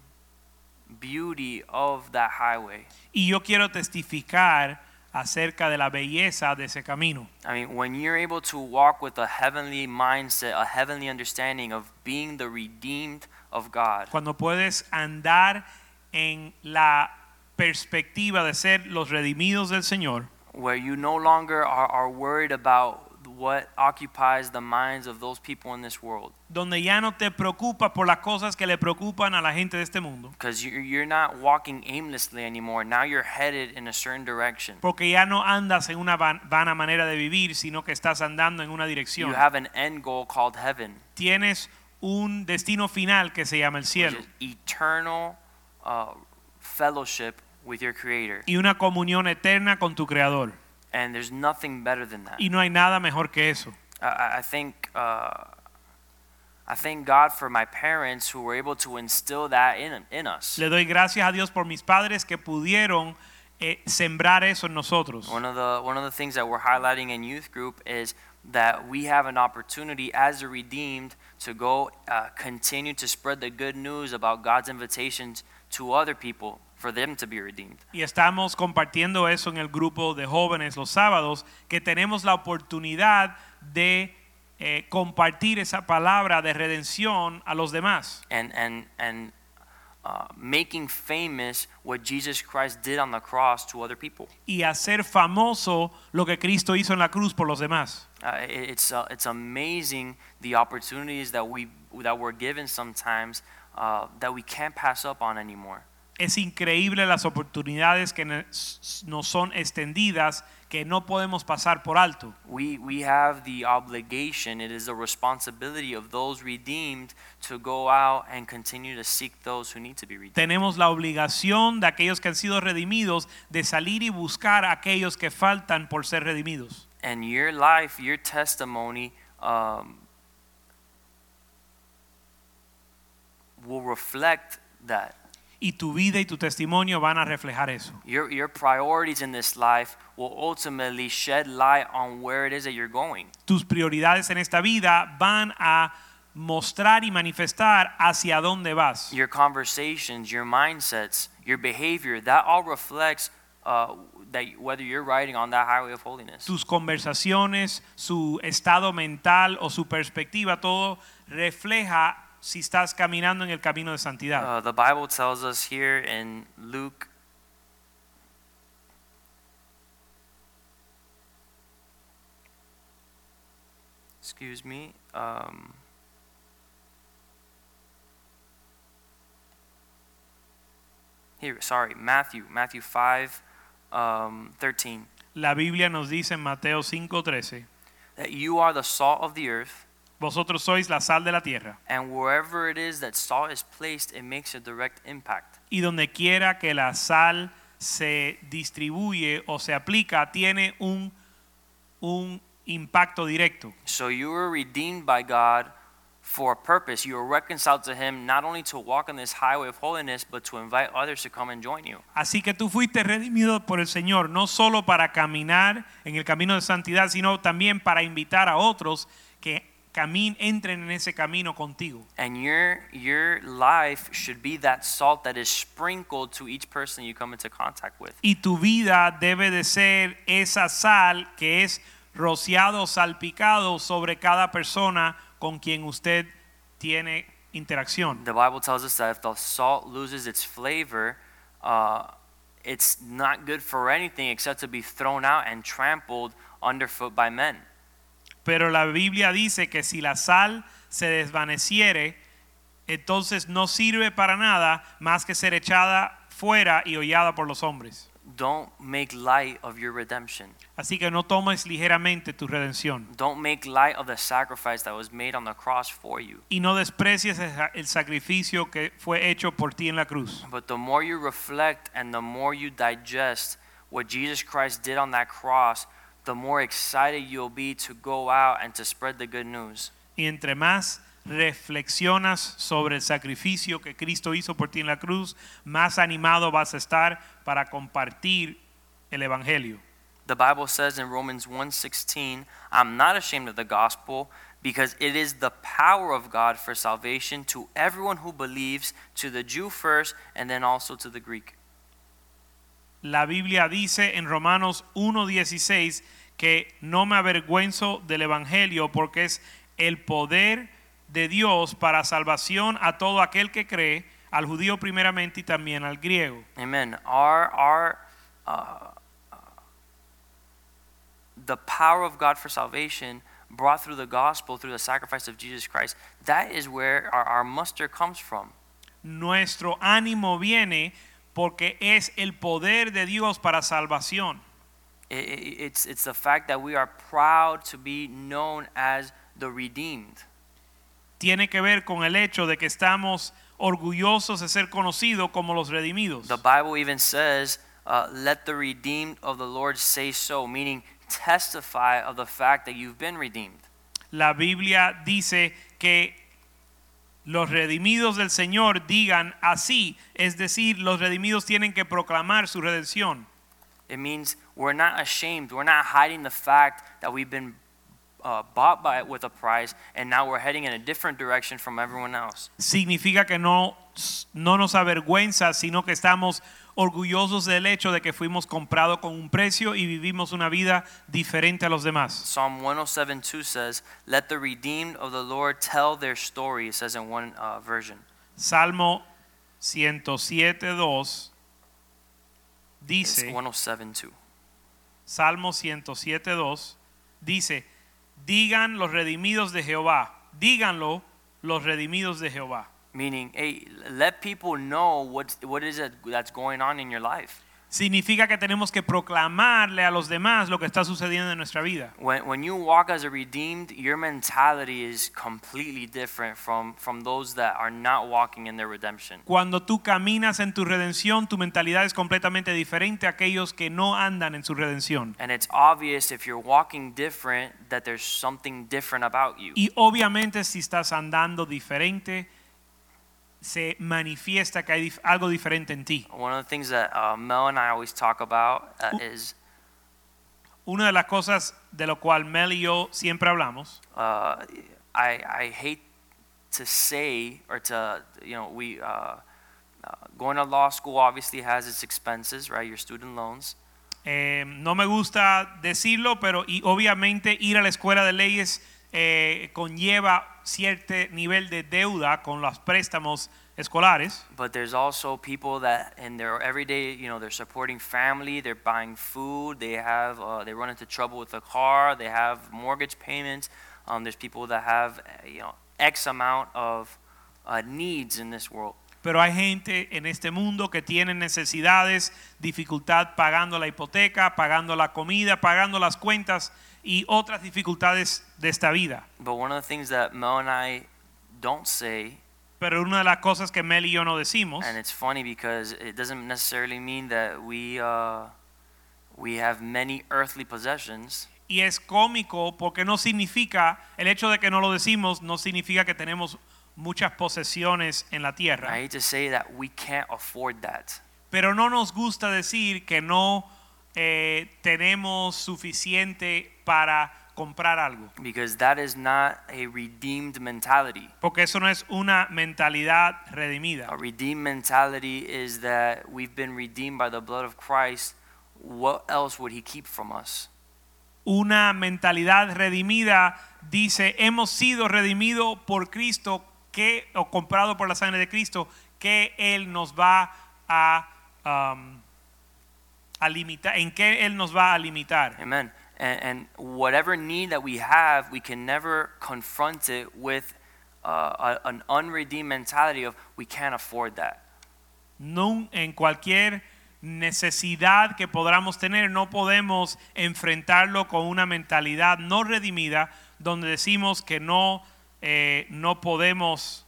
S1: beauty of that highway.
S2: Y yo quiero testificar acerca de la belleza de ese camino.
S1: I mean, when you're able to walk with a heavenly mindset, a heavenly understanding of being the redeemed of God,
S2: Cuando puedes andar en la perspectiva de ser los redimidos del Señor,
S1: where you no longer are, are worried about what occupies the minds of those people in this world,
S2: donde ya no te preocupas por las cosas que le preocupan a la gente de este mundo,
S1: because you're, you're not walking aimlessly anymore. Now you're headed in a certain direction.
S2: porque ya no andas en una van- vana manera de vivir, sino que estás andando en una
S1: You
S2: dirección.
S1: have an end goal called heaven,
S2: Tienes un destino final que se llama el
S1: which
S2: cielo
S1: is eternal uh, fellowship with your Creator.
S2: y una comunión eterna con tu Creador.
S1: And there's nothing better than that.
S2: Y no hay nada mejor que eso.
S1: I- I, I think uh, I thank God for my parents who were able to instill that in in us.
S2: Le doy gracias a Dios por mis padres que pudieron eh, sembrar eso en nosotros.
S1: One of the one of the things that we're highlighting in youth group is that we have an opportunity as the redeemed to go uh, continue to spread the good news about God's invitations to other people for them to be redeemed.
S2: Y estamos compartiendo eso en el grupo de jóvenes los sábados, que tenemos la oportunidad de eh, compartir esa palabra de redención a los demás
S1: and and and uh, making famous what Jesus Christ did on the cross to other people.
S2: y hacer famoso lo que Cristo hizo en la cruz por los demás.
S1: Uh, it- it's uh, it's amazing the opportunities that we that we're given sometimes uh, that we can't pass up on anymore.
S2: Es increíble las oportunidades que ne- s- nos son extendidas, que no podemos pasar por alto.
S1: We we have the obligation. It is the responsibility of those redeemed to go out and continue to seek those who need to be redeemed.
S2: Tenemos la obligación de aquellos que han sido redimidos de salir y buscar a aquellos que faltan por ser redimidos.
S1: And your life, your testimony. Um, will reflect that
S2: Y tu vida y tu testimonio van a reflejar eso.
S1: Your, your priorities in this life will ultimately shed light on where it is that you're going.
S2: Tus prioridades en esta vida van a mostrar y manifestar hacia dónde vas.
S1: Your conversations, your mindsets, your behavior, that all reflects uh, that whether you're riding on that highway of holiness.
S2: Tus conversaciones, su estado mental o su perspectiva, todo refleja si estás caminando en el camino de santidad.
S1: Uh, the Bible tells us here in Luke. Excuse me. Um, here, sorry, Matthew, Matthew 5, um, 13.
S2: La Biblia nos dice en Mateo 5:13,
S1: That you are the salt of the earth,
S2: vosotros sois la sal de la tierra,
S1: and wherever it is that salt is placed, it makes a direct impact.
S2: y donde quiera que la sal se distribuye o se aplica, tiene un, un impacto directo.
S1: So you were redeemed by God for a purpose. You were reconciled to Him not only to walk on this highway of holiness, but to invite others to come and join you.
S2: Así que tú fuiste redimido por el Señor, no solo para caminar en el camino de santidad, sino también para invitar a otros que camin- entren en ese camino contigo.
S1: And your your life should be that salt that is sprinkled to each person you come into contact with.
S2: Y tu vida debe de ser esa sal que es rociado, salpicado sobre cada persona con quien usted tiene interacción.
S1: The Bible tells us that if the salt loses its flavor, uh, it's not good for anything except to be thrown out and trampled underfoot by men.
S2: Pero la Biblia dice que si la sal se desvaneciere, entonces no sirve para nada más que ser echada fuera y hollada por los hombres.
S1: Don't make light of your redemption.
S2: Así que no tomes ligeramente tu redención
S1: Don't make light of the sacrifice that was made on the cross for you.
S2: y no desprecies el sa- el sacrificio que fue hecho por ti en la cruz.
S1: But the more you reflect and the more you digest what Jesus Christ did on that cross, the more excited you'll be to go out and to spread the good news.
S2: Y entre más reflexionas sobre el sacrificio que Cristo hizo por ti en la cruz, más animado vas a estar para compartir el Evangelio.
S1: The Bible says in Romans 1:16, "I'm not ashamed of the gospel because it is the power of God for salvation to everyone who believes, to the Jew first and then also to the Greek."
S2: La Biblia dice en Romanos 1.16 que no me avergüenzo del Evangelio porque es el poder de Dios para salvación a todo aquel que cree, al judío primeramente y también al griego.
S1: Amen. Our our uh, the power of God for salvation brought through the gospel through the sacrifice of Jesus Christ. That is where our, our muster comes from.
S2: Nuestro ánimo viene porque es el poder de Dios para salvación.
S1: I- i- it's it's the fact that we are proud to be known as the redeemed.
S2: Tiene que ver con el hecho de que estamos orgullosos de ser conocidos como los redimidos.
S1: The Bible even says, uh, "Let the redeemed of the Lord say so," meaning testify of the fact that you've been redeemed.
S2: La Biblia dice que los redimidos del Señor digan así, es decir, los redimidos tienen que proclamar su redención.
S1: It means we're not ashamed. We're not hiding the fact that we've been uh, bought by it with a price, and now we're heading in a different direction from everyone else.
S2: Significa que no, no nos avergüenza, sino que estamos orgullosos del hecho de que fuimos comprados con un precio y vivimos una vida diferente a los demás.
S1: Psalm 107:2 says, "Let the redeemed of the Lord tell their story." It says in one uh, version.
S2: Salmo 107.2
S1: It's
S2: dice...
S1: 107:2.
S2: Salmo 107.2 dice, digan los redimidos de Jehová, díganlo los redimidos de Jehová.
S1: Meaning, hey, let people know what what is it that's going on in your life.
S2: Significa que tenemos que proclamarle a los demás lo que está sucediendo en nuestra vida.
S1: When, when you walk as a redeemed, your mentality is completely different from, from those that are not walking in their redemption.
S2: Cuando tú caminas en tu redención, tu mentalidad es completamente diferente a aquellos que no andan en su redención.
S1: And it's obvious if you're walking different that there's something different about you.
S2: Y obviamente si estás andando diferente, se manifiesta que hay dif- algo diferente en ti.
S1: One of the things that uh, Mel and I always talk about uh, is
S2: Una de las cosas de lo cual Mel y yo siempre hablamos,
S1: uh, I, I hate to say or to you know we uh, uh, going to law school obviously has its expenses right your student loans
S2: eh, no me gusta decirlo, pero y obviamente ir a la escuela de leyes eh, conlleva cierto nivel de deuda con los préstamos escolares.
S1: but there's also people that in their everyday you know they're supporting family they're buying food they have uh, they run into trouble with the car they have mortgage payments um, there's people that have uh, you know x amount of uh, needs in this world
S2: Pero hay gente en este mundo que tiene necesidades, dificultad pagando la hipoteca, pagando la comida, pagando las cuentas y otras dificultades de esta vida.
S1: but one of the things that mel and i don't say
S2: Pero una de las cosas que Mel y yo no decimos,
S1: And it's funny because it doesn't necessarily mean that we uh, we have many earthly possessions,
S2: y es cómico porque no significa, el hecho de que no lo decimos no significa que tenemos muchas posesiones en la tierra.
S1: I hate to say that we can't afford that.
S2: Pero no nos gusta decir que no eh, tenemos suficiente para comprar algo.
S1: Because that is not a redeemed mentality.
S2: Porque eso no es una mentalidad redimida.
S1: A redeemed mentality is that we've been redeemed by the blood of Christ. What else would he keep from us?
S2: Una mentalidad redimida dice, hemos sido redimidos por Cristo que, o comprado por la sangre de Cristo, que Él nos va a, um, a limitar, en que Él nos va a limitar.
S1: Amen. And, and whatever need that we have, we can never confront it with uh, a, an unredeemed mentality of we can't afford that.
S2: No, en cualquier necesidad que podamos tener, no podemos enfrentarlo con una mentalidad no redimida, donde decimos que no, eh, no podemos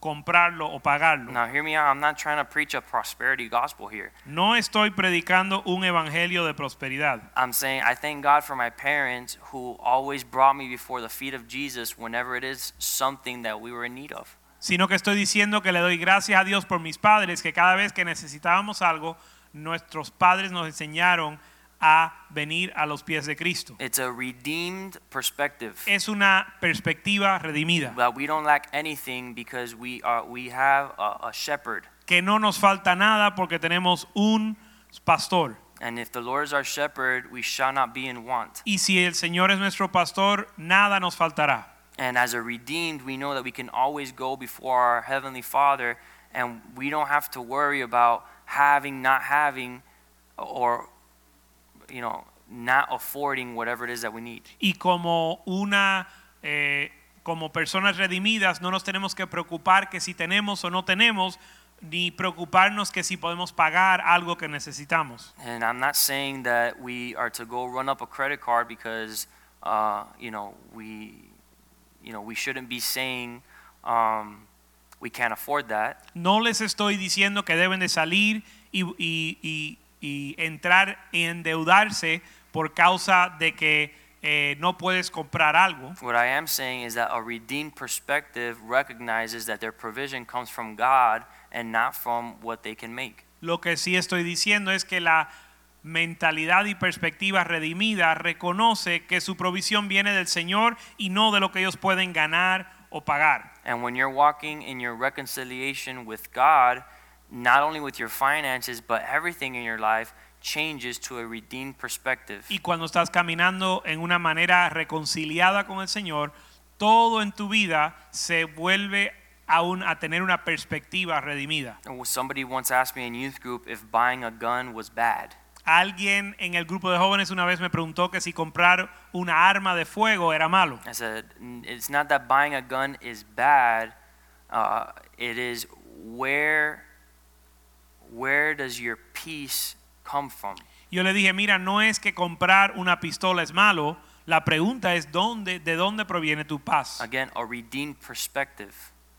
S2: comprarlo o pagarlo.
S1: Now, hear me out. I'm not trying to preach a prosperity gospel here.
S2: No estoy predicando un evangelio de prosperidad.
S1: I'm saying I thank God for my parents who always brought me before the feet of Jesus whenever it is something that we were in need of.
S2: sino que estoy diciendo que le doy gracias a Dios por mis padres, que cada vez que necesitábamos algo, nuestros padres nos enseñaron a venir a los pies de Cristo.
S1: It's a redeemed perspective
S2: Es una perspectiva redimida,
S1: that we don't lack anything because we are we have a, a shepherd.
S2: que no nos falta nada porque tenemos un pastor.
S1: And if the Lord is our shepherd, we shall not be in want.
S2: Y si el Señor es nuestro pastor, nada nos faltará.
S1: And as a redeemed, we know that we can always go before our Heavenly Father and we don't have to worry about having, not having, or, you know, not affording whatever it is that we need.
S2: Y como una... eh, como personas redimidas no nos tenemos que preocupar que si tenemos o no tenemos, ni preocuparnos que si podemos pagar algo que necesitamos.
S1: And I'm not saying that we are to go run up a credit card because, uh, you know, we, you know, we shouldn't be saying um, we can't afford that.
S2: No les estoy diciendo que deben de salir y, y- y- y entrar y endeudarse por causa de que eh, no puedes comprar algo.
S1: What I am saying is that a redeemed perspective recognizes that their provision comes from God and not from what they can make.
S2: Lo que sí estoy diciendo es que la mentalidad y perspectiva redimida reconoce que su provisión viene del Señor y no de lo que ellos pueden ganar o pagar.
S1: And when you're walking in your reconciliation with God, not only with your finances, but everything in your life changes to a redeemed perspective.
S2: Y cuando estás caminando en una manera reconciliada con el Señor, todo en tu vida se vuelve aún a tener una perspectiva redimida.
S1: And Somebody once asked me in youth group if buying a gun was bad.
S2: Alguien en el grupo de jóvenes una vez me preguntó que si comprar una arma de fuego era malo.
S1: I said, "N- it's not that buying a gun is bad. Uh, it is where, where does your peace come from?
S2: Yo le dije, mira, no es que comprar una pistola es malo, la pregunta es dónde, de dónde proviene tu paz.
S1: Again, a redeemed perspective.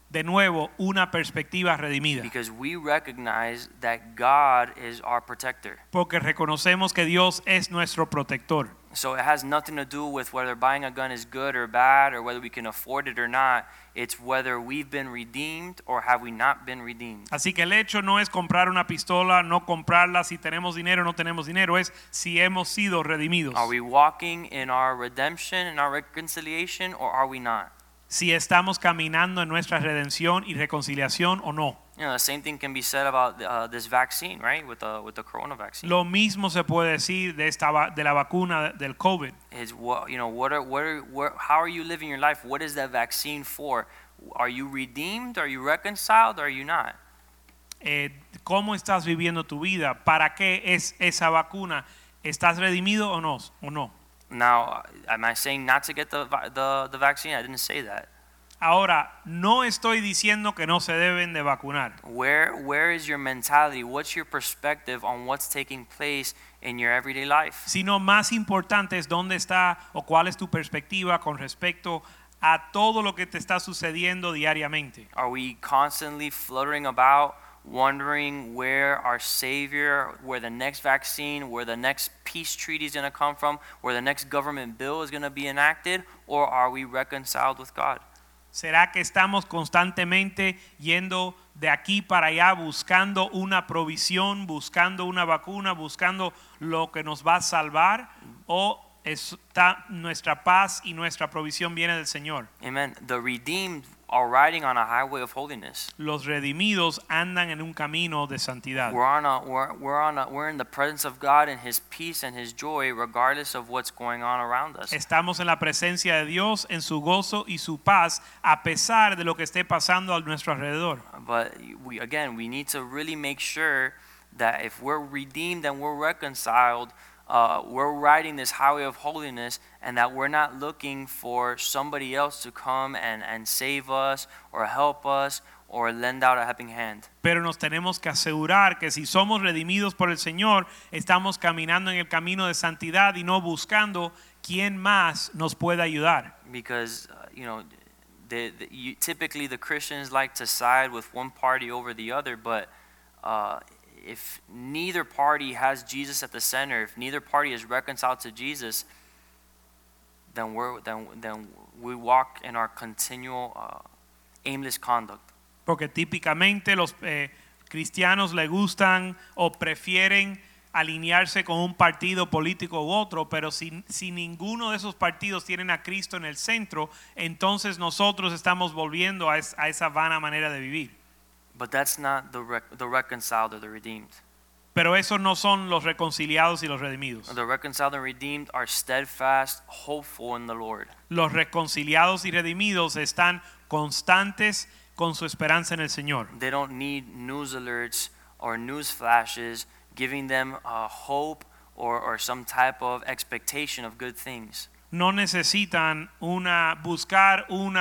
S2: De nuevo, una perspectiva redimida,
S1: Because we recognize that God is our protector.
S2: porque reconocemos que Dios es nuestro protector.
S1: So it has nothing to do with whether buying a gun is good or bad or whether we can afford it or not. It's whether we've been redeemed or have we not been redeemed.
S2: Así que el hecho no es comprar una pistola, no comprarla, si tenemos dinero o no tenemos dinero, es si hemos sido redimidos.
S1: Are we walking in our redemption and our reconciliation or are we not?
S2: Si estamos caminando en nuestra redención y reconciliación o no.
S1: You know, the same thing can be said about uh, this vaccine, right? With the with the corona vaccine.
S2: Lo mismo se puede decir de esta va- de la vacuna del COVID.
S1: Is what you know? What are what are what, how are you living your life? What is that vaccine for? Are you redeemed? Are you reconciled? Are you not?
S2: Eh, ¿Cómo estás viviendo tu vida? ¿Para qué es esa vacuna? ¿Estás redimido o no? O no?
S1: Now, am I saying not to get the vi- the the vaccine? I didn't say that.
S2: Ahora, no estoy diciendo que no se deben de vacunar,
S1: Where where is your mentality? What's your perspective on what's taking place in your everyday life?
S2: sino más importante es dónde está o cuál es tu perspectiva con respecto a todo lo que te está sucediendo diariamente.
S1: Are we constantly fluttering about, wondering where our Savior, where the next vaccine, where the next peace treaty is going to come from, where the next government bill is going to be enacted, or are we reconciled with God?
S2: ¿Será que estamos constantemente yendo de aquí para allá buscando una provisión, buscando una vacuna, buscando lo que nos va a salvar? ¿O está nuestra paz y nuestra provisión viene del Señor?
S1: Amen. The redeemed are riding on a highway of holiness.
S2: Los redimidos andan en un camino de santidad.
S1: We're on a we're, we're on a we're in the presence of God and His peace and His joy, regardless of what's going on around us.
S2: Estamos en la presencia de Dios, en su gozo y su paz, a pesar de lo que esté pasando a nuestro alrededor.
S1: But we again, we need to really make sure that if we're redeemed and we're reconciled, uh, we're riding this highway of holiness, and that we're not looking for somebody else to come and, and save us or help us or lend out a helping hand.
S2: Pero nos tenemos que asegurar que si somos redimidos por el Señor, estamos caminando en el camino de santidad y no buscando quién más nos pueda ayudar.
S1: Because uh, you know, the, the, you, typically the Christians like to side with one party over the other, but. Uh, if neither party has Jesus at the center, if neither party is reconciled to Jesus, then we're then then we walk in our continual uh, aimless conduct.
S2: Porque típicamente los eh, cristianos le gustan o prefieren alinearse con un partido político u otro, pero si, si ninguno de esos partidos tienen a Cristo en el centro, entonces nosotros estamos volviendo a, es- a esa vana manera de vivir.
S1: But that's not the rec- the reconciled or the redeemed.
S2: Pero esos no son los reconciliados y los redimidos.
S1: The reconciled and redeemed are steadfast, hopeful in the Lord.
S2: los reconciliados y redimidos están constantes con su esperanza en el Señor.
S1: They don't need news alerts or news flashes giving them uh, hope or, or some type of expectation of good things.
S2: No necesitan una buscar un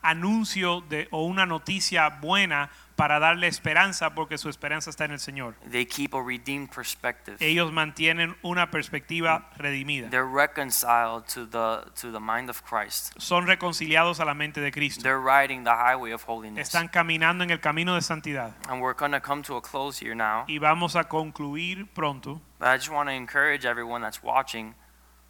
S2: anuncio de, o una noticia buena para darle esperanza porque su esperanza está en el Señor.
S1: They keep a redeemed perspective.
S2: Ellos mantienen una perspectiva redimida.
S1: They're reconciled to the to the mind of Christ.
S2: Son reconciliados a la mente de Cristo.
S1: They're riding the highway of holiness.
S2: Están caminando en el camino de santidad.
S1: And we're going to come to a close here now.
S2: Y vamos a concluir pronto.
S1: But I just want to encourage everyone that's watching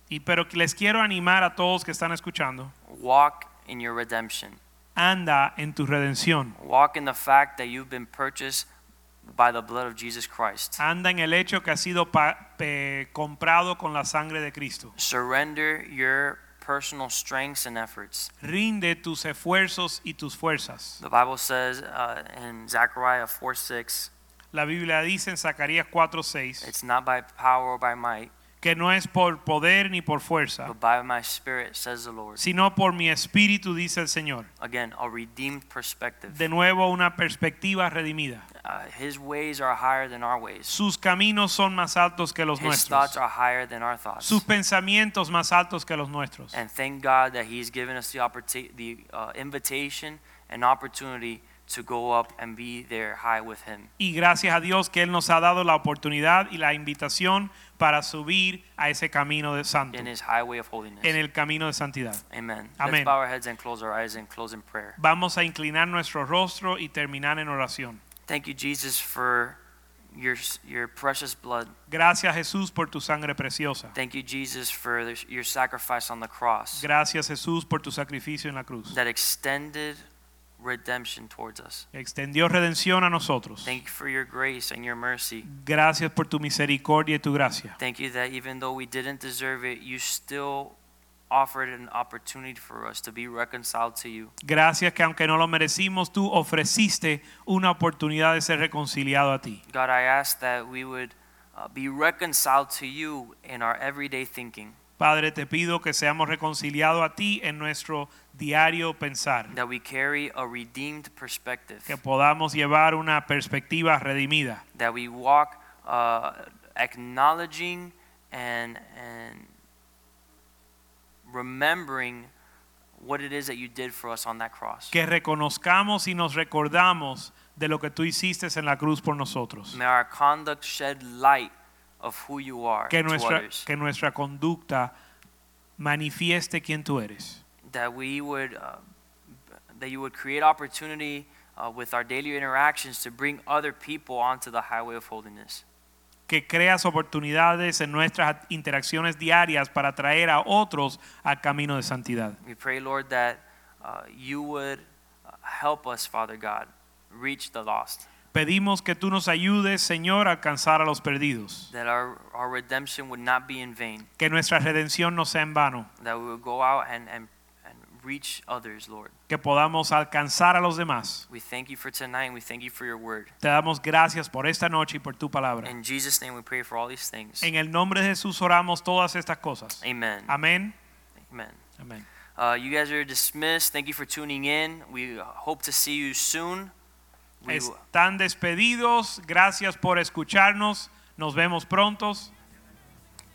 S2: Y pero les quiero animar a todos que están escuchando.
S1: walk in your redemption.
S2: Anda en tu redención.
S1: Walk in the fact that you've been purchased by the blood of Jesus Christ.
S2: anda en el hecho que ha sido pa- eh, comprado con la sangre de Cristo.
S1: Surrender your personal strengths and efforts.
S2: Rinde tus esfuerzos y tus fuerzas.
S1: The Bible says uh, in Zechariah 4 6,
S2: La Biblia dice en Zacarías 4:6
S1: it's not by power or by might,
S2: que no es por poder ni por fuerza,
S1: but by my spirit, says the Lord.
S2: sino por mi espíritu, dice el Señor.
S1: Again, a redeemed perspective.
S2: De nuevo una perspectiva redimida.
S1: Uh, his ways are higher than our ways.
S2: Sus caminos son más altos que los
S1: His thoughts
S2: nuestros.
S1: are higher than our thoughts.
S2: Sus pensamientos más altos que los nuestros.
S1: And thank God that He's given us the, opportu- the uh, invitation and opportunity to go up and be there high with Him.
S2: Y gracias a Dios que Él nos ha dado la oportunidad y la invitación para subir a ese camino de santo,
S1: In His highway of holiness.
S2: en el camino de santidad.
S1: Amen.
S2: Amen.
S1: Let's bow our heads and close our eyes and close in prayer.
S2: Vamos a inclinar nuestro rostro y terminar en oración.
S1: Thank you, Jesus, for your, s- your precious blood.
S2: Gracias Jesús por tu sangre preciosa.
S1: Thank you, Jesus, for the- your sacrifice on the cross
S2: Gracias Jesús por tu sacrificio en la cruz.
S1: that extended redemption towards us.
S2: Extendió redención a nosotros.
S1: Thank you for your grace and your mercy.
S2: Gracias por tu misericordia y tu gracia.
S1: Thank you that even though we didn't deserve it, you still offered an opportunity for us to be reconciled to you.
S2: Gracias que aunque no lo merecimos, tú ofreciste una oportunidad de ser reconciliado a ti.
S1: God, I ask that we would uh, be reconciled to you in our everyday thinking,
S2: Padre, te pido que seamos reconciliados a ti en nuestro diario pensar,
S1: that we carry a redeemed perspective,
S2: que podamos llevar una perspectiva redimida,
S1: that we walk uh, acknowledging and, and remembering what it is that you did for us on that cross.
S2: que reconozcamos y nos recordamos de lo que tú hiciste en la cruz por nosotros,
S1: May our conduct shed light of who you are
S2: que
S1: to
S2: nuestra,
S1: others.
S2: que nuestra conducta manifieste quién tú eres,
S1: that we would uh, that you would create opportunity uh, with our daily interactions to bring other people onto the highway of holiness.
S2: que creas oportunidades en nuestras interacciones diarias para traer a otros al camino de santidad.
S1: We pray, Lord, that uh, you would uh, help us, Father God, reach the lost.
S2: Pedimos que tú nos ayudes, Señor, a alcanzar a los perdidos,
S1: That our, our redemption would not be in vain.
S2: que nuestra redención no sea en vano.
S1: That we would go out and, and, and reach others, Lord.
S2: que podamos alcanzar a los demás.
S1: We thank you for tonight and we thank you for your word.
S2: Te damos gracias por esta noche y por tu palabra.
S1: In Jesus' name we pray for all these things.
S2: En el nombre de Jesús oramos todas estas cosas.
S1: Amen.
S2: Amén.
S1: Amen.
S2: Amén.
S1: Uh, you guys are dismissed. Thank you for tuning in. We uh, hope to see you soon. We, w-
S2: Están despedidos. Gracias por escucharnos. Nos vemos prontos.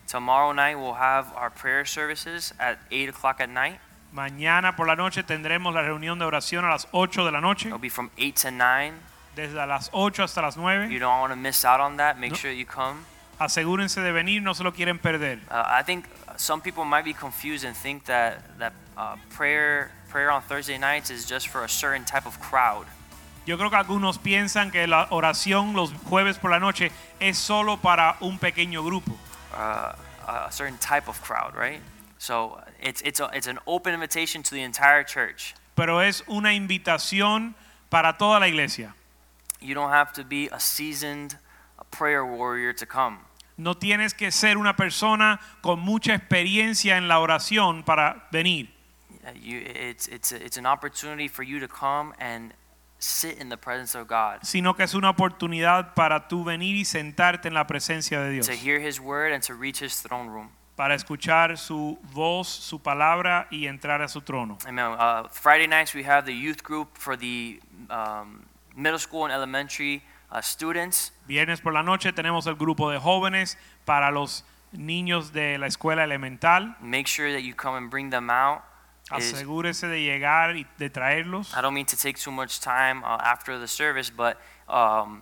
S1: tomorrow night we'll have our prayer services at eight o'clock at night.
S2: Mañana por la noche tendremos la reunión de oración a las 8 de la noche,
S1: It'll be from eight to nine.
S2: desde las 8 hasta las
S1: You
S2: 9.
S1: don't want to miss out on that. Make
S2: No.
S1: sure that you come.
S2: Asegúrense de venir, no se lo quieren perder.
S1: Uh, I think some people might be confused and think that that uh, prayer prayer on Thursday nights is just for a certain type of crowd.
S2: Yo creo que algunos piensan que la oración los jueves por la noche es solo para un pequeño grupo.
S1: uh, a certain type of crowd, right? So uh, it's it's a, it's an open invitation to the entire church.
S2: pero es una invitación para toda la iglesia.
S1: You don't have to be a seasoned uh, prayer warrior to come.
S2: No tienes que ser una persona con mucha experiencia en la oración para venir.
S1: Uh, You, it's it's it's an opportunity for you to come and sit in the presence of God,
S2: sino que es una oportunidad para tú venir y sentarte en la presencia de Dios,
S1: to hear His word and to reach His throne room.
S2: para escuchar su voz, su palabra y entrar a su trono.
S1: Amen. Uh, Friday nights we have the youth group for the um, middle school and elementary uh, students.
S2: Viernes por la noche tenemos el grupo de jóvenes para los niños de la escuela elemental.
S1: Make sure that you come and bring them out. Is-
S2: Asegúrese de llegar y de traerlos.
S1: I don't mean to take too much time uh, after the service, but um,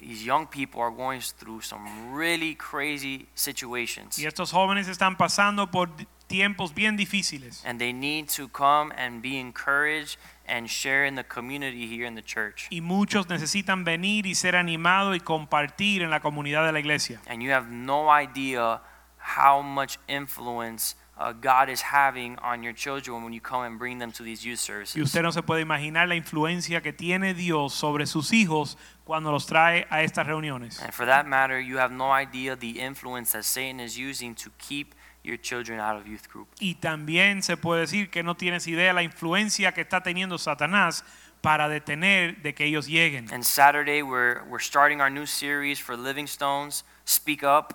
S1: these young people are going through some really crazy situations.
S2: Y estos jóvenes están pasando por tiempos bien difíciles.
S1: And they need to come and be encouraged and share in the community here in the church.
S2: y muchos necesitan venir y ser animados y compartir en la comunidad de la iglesia.
S1: And you have no idea how much influence uh, God is having on your children when you come and bring them to these youth
S2: Y
S1: services.
S2: usted no se puede imaginar la influencia que tiene Dios sobre sus hijos cuando los trae a estas reuniones.
S1: And for that matter, you have no idea the influence that Satan is using to keep your children out of youth group.
S2: Y también se puede decir que no tienes idea la influencia que está teniendo Satanás para detener de que ellos lleguen.
S1: And Saturday, we're, we're starting our new series for Living Stones, Speak Up.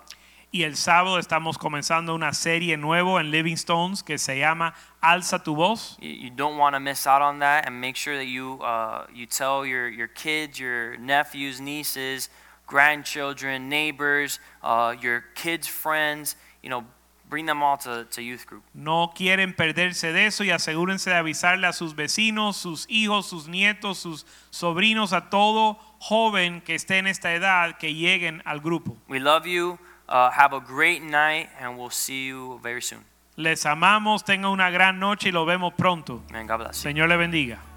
S2: Y el sábado estamos comenzando una serie nueva en Living Stones que se llama Alza tu voz.
S1: You, you don't want to miss out on that, and make sure that you, uh, you tell your, your kids, your nephews, nieces, grandchildren, neighbors, uh, your kids' friends, you know, bring them all to, to youth group.
S2: No quieren perderse de eso y asegúrense de avisarle a sus vecinos, sus hijos, sus nietos, sus sobrinos, a todo joven que esté en esta edad que lleguen al grupo.
S1: We love you. Uh, have a great night, and we'll see you very soon.
S2: Les amamos, tengan una gran noche y lo vemos pronto.
S1: Amen. God bless you.
S2: Señor le bendiga.